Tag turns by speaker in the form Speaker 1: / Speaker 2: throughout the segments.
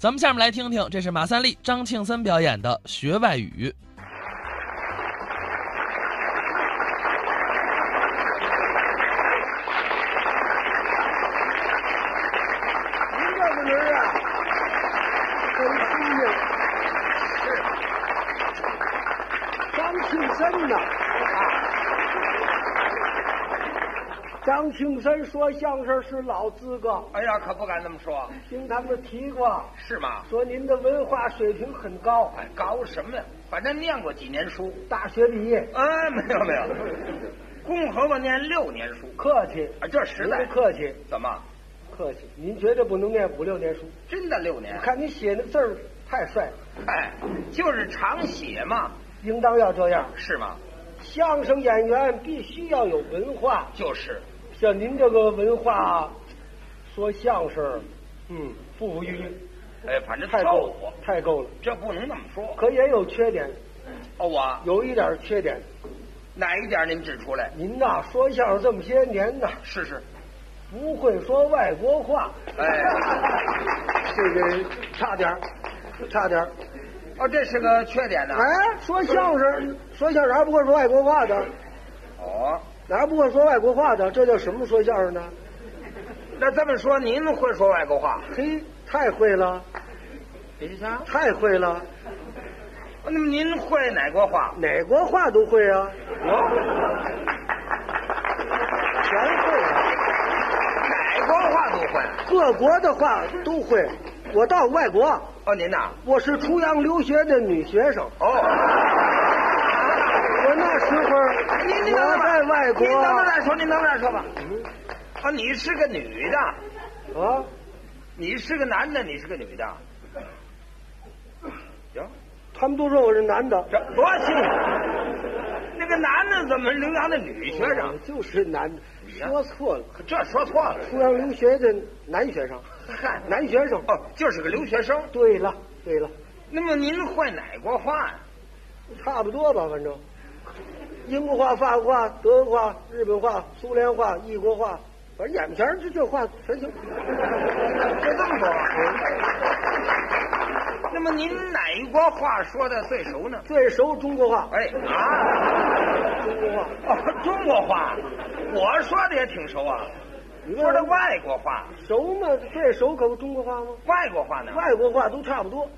Speaker 1: 咱们下面来听听，这是马三立、张庆森表演的《学外语》。
Speaker 2: 您这个人啊，很新颖。是张庆森呐、张庆森说相声是老资格，
Speaker 3: 哎呀，可不敢这么说，
Speaker 2: 听他们提过，
Speaker 3: 是吗？
Speaker 2: 说您的文化水平很高，
Speaker 3: 哎，搞什么呀？反正念过几年书。
Speaker 2: 大学毕业。
Speaker 3: 哎，没有没有，公和我念六年书，
Speaker 2: 客气，
Speaker 3: 啊，这实
Speaker 2: 您
Speaker 3: 在
Speaker 2: 不客气，
Speaker 3: 怎么？
Speaker 2: 客气。您绝对不能念五六年书，
Speaker 3: 真的六年
Speaker 2: 我？看你写那字儿太帅了，
Speaker 3: 哎，就是常写嘛，
Speaker 2: 应当要这样。
Speaker 3: 是吗？
Speaker 2: 相声演员必须要有文化，
Speaker 3: 就是，
Speaker 2: 像您这个文化，说相声，嗯，富富裕裕，
Speaker 3: 哎，反正
Speaker 2: 太
Speaker 3: 凑
Speaker 2: 够
Speaker 3: 合，
Speaker 2: 太够了。
Speaker 3: 这不能这么说。
Speaker 2: 可也有缺点，
Speaker 3: 哦，我
Speaker 2: 有一点缺点。
Speaker 3: 哪一点您指出来？
Speaker 2: 您呐，说相声这么些年呐，
Speaker 3: 试试。
Speaker 2: 不会说外国话，
Speaker 3: 哎，
Speaker 2: 这个差点儿，差点儿。
Speaker 3: 哦，这是个缺点呢、
Speaker 2: 哎，说相声，说相声还不会说外国话的，
Speaker 3: 哦，
Speaker 2: 哪不会说外国话的？这叫什么说相声呢？
Speaker 3: 那这么说您会说外国话？
Speaker 2: 嘿，太会了，
Speaker 3: 李先生，
Speaker 2: 太会了，
Speaker 3: 哦那么您会哪国话？
Speaker 2: 哪国话都会啊，
Speaker 3: 哦
Speaker 2: 全会啊，
Speaker 3: 哪国话都会。
Speaker 2: 各国的话都会。我到外国，
Speaker 3: 哦，您呐？
Speaker 2: 我是出洋留学的女学生，
Speaker 3: 哦，
Speaker 2: 我那时
Speaker 3: 您您
Speaker 2: 候我
Speaker 3: 等
Speaker 2: 在
Speaker 3: 等吧
Speaker 2: 外
Speaker 3: 您等等
Speaker 2: 国
Speaker 3: 再说，您等等再说吧。啊，你是个女的，
Speaker 2: 啊，
Speaker 3: 你是个男的，你是个女的。行，
Speaker 2: 他们都说我是男的，
Speaker 3: 这多幸福！那个男的怎么领养的女学
Speaker 2: 我
Speaker 3: 生？
Speaker 2: 就是男的，说错了，
Speaker 3: 这说错了。
Speaker 2: 出洋留学的男学生，
Speaker 3: 嗨，
Speaker 2: 男学生。
Speaker 3: 哦，就是个留学生。
Speaker 2: 对了，对了，
Speaker 3: 那么您会哪国话呀？
Speaker 2: 差不多吧，反正英国话、法国话、德国话、日本话、苏联话、异国话，反正眼前儿这这话全 行。
Speaker 3: 就这么说吧。那么您哪一国话说的最熟呢？
Speaker 2: 最熟中国话，
Speaker 3: 哎啊，
Speaker 2: 中国话，
Speaker 3: 哦，中国话，我说的也挺熟啊。
Speaker 2: 你
Speaker 3: 说
Speaker 2: 问
Speaker 3: 的
Speaker 2: 这
Speaker 3: 外国话，
Speaker 2: 熟吗？最熟可不中国话吗？
Speaker 3: 外国话呢，
Speaker 2: 外国话都差不多。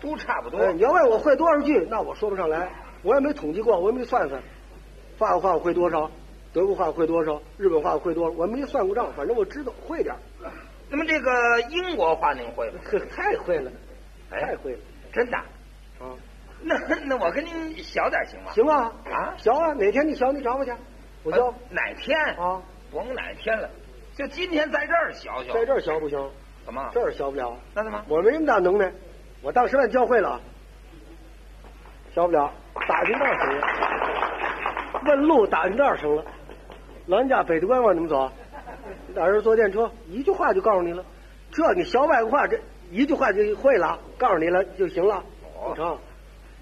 Speaker 3: 都差不多。
Speaker 2: 哎，你要问我会多少句，那我说不上来，我也没统计过，我也没算算。法国话我会多少？德国话我会多少？日本话我会多少？我没算过账，反正我知道会点儿。
Speaker 3: 那么这个英国话您会吗？
Speaker 2: 呵，太会了，太
Speaker 3: 哎，
Speaker 2: 会了
Speaker 3: 真的？
Speaker 2: 啊！
Speaker 3: 那 那我跟您小点行吗？
Speaker 2: 行啊，
Speaker 3: 啊，
Speaker 2: 行啊，哪天你想你找我去，我教
Speaker 3: 啊哪天？
Speaker 2: 啊，
Speaker 3: 甭哪天了，就今天在这儿小小。
Speaker 2: 在这儿学不行，
Speaker 3: 怎么
Speaker 2: 这？儿学不了，
Speaker 3: 那怎么？
Speaker 2: 我没那么大能耐，我当时万教会了，学不了，打听道儿行了，问路打听道儿行了，老人家北大关往怎么走？你打这儿坐电车，一句话就告诉你了，这你学外国话，这一句话就会了，告诉你了就行了，不成，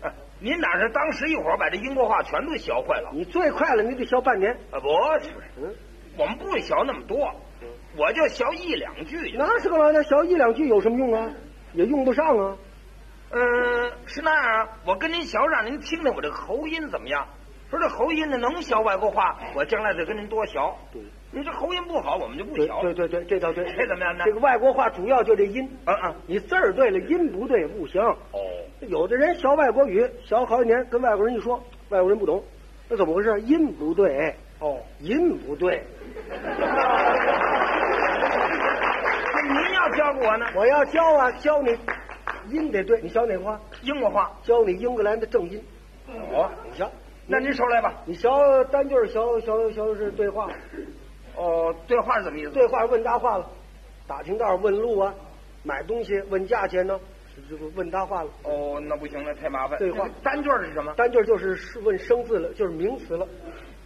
Speaker 3: 哎您哪是当时一会儿把这英国话全都学会了？
Speaker 2: 你最快了，你得学半年，
Speaker 3: 啊，不是，
Speaker 2: 嗯，
Speaker 3: 我们不学那么多，我就学一两句。
Speaker 2: 那是干嘛呢？学一两句有什么用啊？也用不上啊。
Speaker 3: 嗯，是那样啊。我跟您学，让您听听我这个喉音怎么样。说这喉音呢，能学外国话，我将来再跟您多学。
Speaker 2: 哎对，
Speaker 3: 您这喉音不好，我们就不
Speaker 2: 对
Speaker 3: 学。
Speaker 2: 对对对，这倒对。
Speaker 3: 这怎么样呢
Speaker 2: 这个外国话主要就这音，
Speaker 3: 嗯嗯，
Speaker 2: 你字儿对了，音不对不行。
Speaker 3: 哦，
Speaker 2: 有的人学外国语，学好几年，跟外国人一说，外国人不懂，那怎么回事？音不对，
Speaker 3: 哦，
Speaker 2: 音不对。
Speaker 3: 那您要教给我呢？
Speaker 2: 我要教啊，教你音得对，你学哪国话？
Speaker 3: 英国话。
Speaker 2: 教你英格兰的正音，
Speaker 3: 哦，
Speaker 2: 你学。
Speaker 3: 那您说来吧。
Speaker 2: 你学单句儿学学学是对话，
Speaker 3: 哦，对话是什么意思？
Speaker 2: 对话问大话了，打听道儿问路啊，买东西问价钱呢，这个问大话了。
Speaker 3: 哦，那不行了，太麻烦。
Speaker 2: 对话
Speaker 3: 单句儿是什么？
Speaker 2: 单句儿就是问生字了，就是名词了。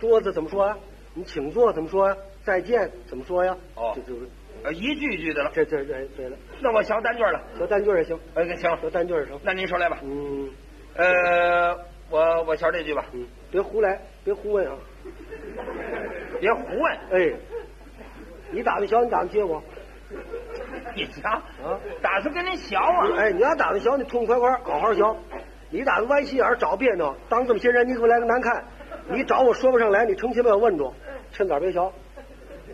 Speaker 2: 桌子怎么说呀、啊你请坐怎么说呀、再见怎么说呀、
Speaker 3: 哦
Speaker 2: 这就是
Speaker 3: 呃，一句一句的了。
Speaker 2: 这这这对了，
Speaker 3: 那我学单句儿了。
Speaker 2: 学单句儿也行，
Speaker 3: 呃，那行，
Speaker 2: 学单句儿也行。
Speaker 3: 那您说来吧。
Speaker 2: 嗯
Speaker 3: 呃，我我学这句吧，
Speaker 2: 嗯，别胡来，别胡问啊！
Speaker 3: 别胡问。
Speaker 2: 哎，你打算学，你打算接我？
Speaker 3: 你瞧，
Speaker 2: 啊
Speaker 3: 打算跟您学啊？
Speaker 2: 哎，你要打算学，你痛痛快快好好学。你打算歪心眼儿找别扭，当这么些人，你给我来个难看，你找我说不上来，你成亲被我问住，趁早别学。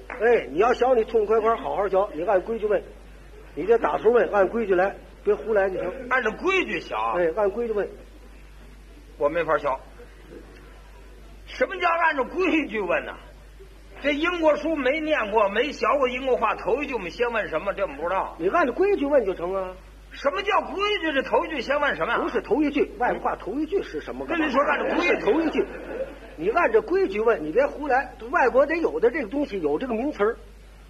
Speaker 2: 哎，你要学，你痛痛快快好好学，你按规矩问，你这打头问，按规矩来，别胡来就行。
Speaker 3: 按照规矩学，
Speaker 2: 哎，按规矩问，
Speaker 3: 我没法学。什么叫按照规矩问呢、这英国书没念过，没学过英国话，头一句我们先问什么？这我们不知道。
Speaker 2: 你按照规矩问就成啊。
Speaker 3: 什么叫规矩？这头一句先问什么呀、
Speaker 2: 不是头一句，外国话头一句是什么？
Speaker 3: 跟您说按照
Speaker 2: 不
Speaker 3: 规
Speaker 2: 是
Speaker 3: 矩
Speaker 2: 头一句，你按照规矩问，你别胡来。外国得有的这个东西，有这个名词儿，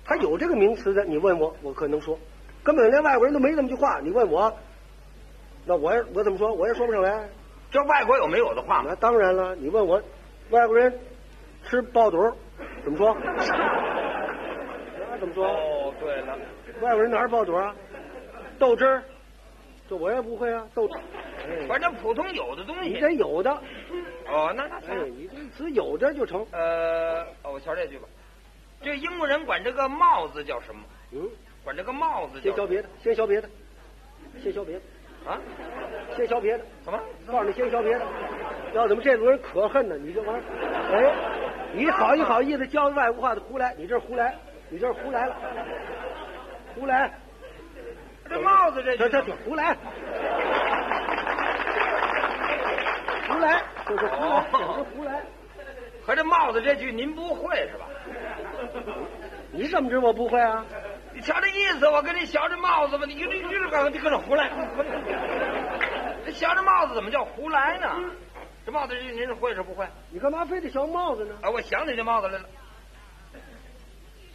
Speaker 2: 他有这个名词的，你问我，我可能说，根本连外国人都没那么句话，你问我，那我也我怎么说？我也说不上来。
Speaker 3: 这外国有没有的话吗？
Speaker 2: 那当然了，你问我，外国人吃爆肚儿怎么说？ 那怎么说？
Speaker 3: 哦，对了，
Speaker 2: 外国人哪儿爆肚啊？豆汁儿，这我也不会啊，豆汁儿。哎
Speaker 3: 反正普通有的东
Speaker 2: 你
Speaker 3: 西。
Speaker 2: 得有的。
Speaker 3: 哦，那那
Speaker 2: 哎
Speaker 3: 行，。
Speaker 2: 你这词有这就成。
Speaker 3: 呃，哦我瞧这句吧。这英国人管这个帽子叫什么？
Speaker 2: 嗯，
Speaker 3: 管这个帽子
Speaker 2: 先
Speaker 3: 叫
Speaker 2: 学别的，先学别的，先学别的，
Speaker 3: 啊？
Speaker 2: 先学别的。
Speaker 3: 什么？
Speaker 2: 告诉你，先学别的。要怎么这轮人可恨呢？你这玩意儿，哎，你好一好意思教外国话的胡来，你这是胡来，你这是胡来了，胡来，
Speaker 3: 这帽子这
Speaker 2: 这这
Speaker 3: 句
Speaker 2: 这胡来，胡来，这是胡来，这是胡来。
Speaker 3: 和这帽子这句您不会是吧？
Speaker 2: 你怎么知道我不会啊？
Speaker 3: 你瞧这意思，我跟你学这帽子吧，你一律一律跟跟着胡来。这学这帽子怎么叫胡来呢？这帽子这句您会是不会？
Speaker 2: 你干嘛非得学帽子呢？
Speaker 3: 哎，我想起这帽子来了。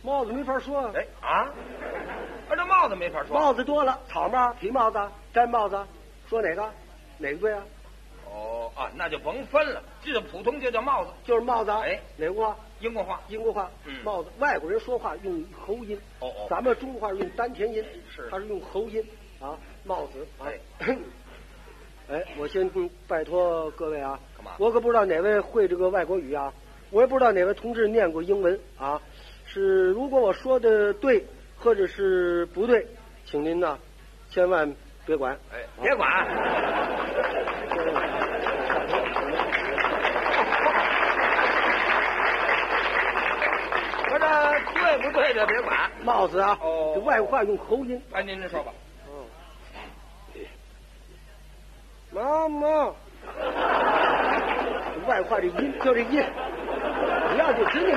Speaker 2: 帽子没法说啊。
Speaker 3: 哎啊，啊这帽子没法说。
Speaker 2: 帽子多了，草帽、皮帽子、毡帽子，说哪个？哪个对啊？
Speaker 3: 哦啊，那就甭分了，这个普通就叫帽子，
Speaker 2: 就是帽子啊。
Speaker 3: 哎
Speaker 2: 哪国话？
Speaker 3: 英国话。
Speaker 2: 英国话。
Speaker 3: 嗯
Speaker 2: 帽子，外国人说话用喉音，
Speaker 3: 哦哦
Speaker 2: 咱们中国话是用丹田音，
Speaker 3: 是
Speaker 2: 他是用喉音啊。帽子啊
Speaker 3: 哎。
Speaker 2: 哎，我先嗯拜托各位啊，
Speaker 3: 干嘛
Speaker 2: 我可不知道哪位会这个外国语啊，我也不知道哪位同志念过英文啊。是如果我说的对，或者是不对，请您呐、千万别管。
Speaker 3: 哎，
Speaker 2: 啊
Speaker 3: 别管。我这对不对的别管。
Speaker 2: 帽子啊，
Speaker 3: 哦
Speaker 2: 这外国话用喉音。
Speaker 3: 哎，您您说吧。
Speaker 2: 妈妈，这外国话这音就这音，你要就直接。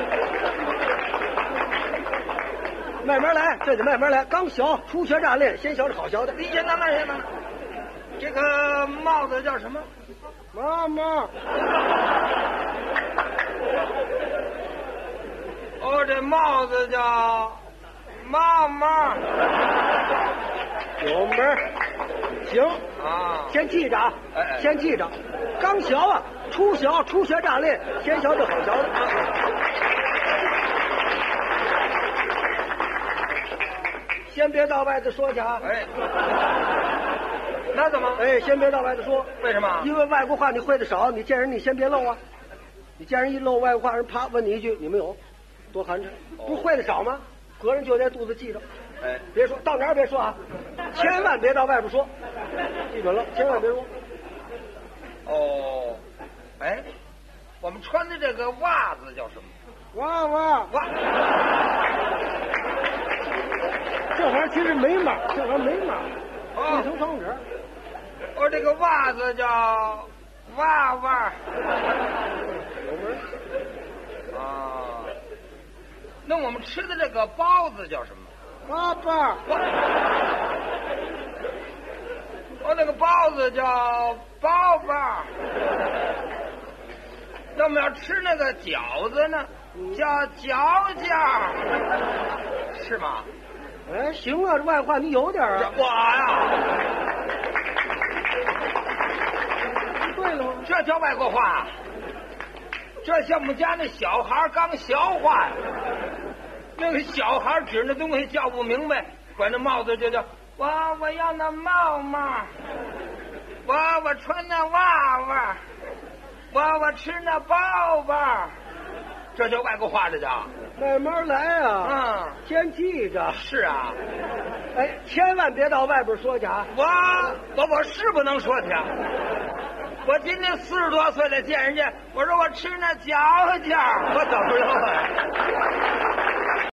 Speaker 2: 慢慢来，这得慢慢来。刚学，初学乍练，先学这好学的。
Speaker 3: 你先等等，先等等。这个帽子叫什么？
Speaker 2: 妈妈，
Speaker 3: 哦，这帽子叫帽帽
Speaker 2: 有门儿行，
Speaker 3: 啊。
Speaker 2: 先记着啊
Speaker 3: 哎，哎
Speaker 2: 先记着。刚学啊，初学，初学乍练，先学这好学的。先别到外头说去啊！
Speaker 3: 哎， 那怎么？
Speaker 2: 哎，先别到外头说，
Speaker 3: 为什么？
Speaker 2: 因为外国话你会的少，你见人你先别漏啊。你见人一漏外国话，人啪问你一句，你没有，多寒碜。不是会的少吗？隔人就在肚子记着，
Speaker 3: 哎，
Speaker 2: 别说到哪儿别说啊，千万别到外边说，记准了，千万别说。
Speaker 3: 哦，哎，我们穿的这个袜子叫什么？
Speaker 2: 哇哇，
Speaker 3: 袜。
Speaker 2: 这玩意儿其实没码，这玩意儿没码，
Speaker 3: 哦
Speaker 2: 一层窗纸。
Speaker 3: 哦，这个袜子叫袜袜
Speaker 2: 有门儿
Speaker 3: 啊。那我们吃的这个包子叫什么？
Speaker 2: 爸啊爸，
Speaker 3: 哦，那个包子叫包包。那我们要吃那个饺子呢，叫饺饺，是吗？
Speaker 2: 哎，行啊，这外话你有点儿啊，
Speaker 3: 我呀、
Speaker 2: 对了吗？
Speaker 3: 这叫外国话。这像我们家那小孩儿刚学话呀，那个小孩儿指那东西叫不明白，管那帽子就叫我我要那帽帽，我我穿那袜袜，我我吃那包包，这叫外国话，这叫
Speaker 2: 慢慢来啊，
Speaker 3: 啊，
Speaker 2: 先记着。
Speaker 3: 是啊，
Speaker 2: 哎，千万别到外边说去啊！
Speaker 3: 我我我是不能说去啊。我今年四十多岁了，见人家我说我吃那饺饺，我怎么了？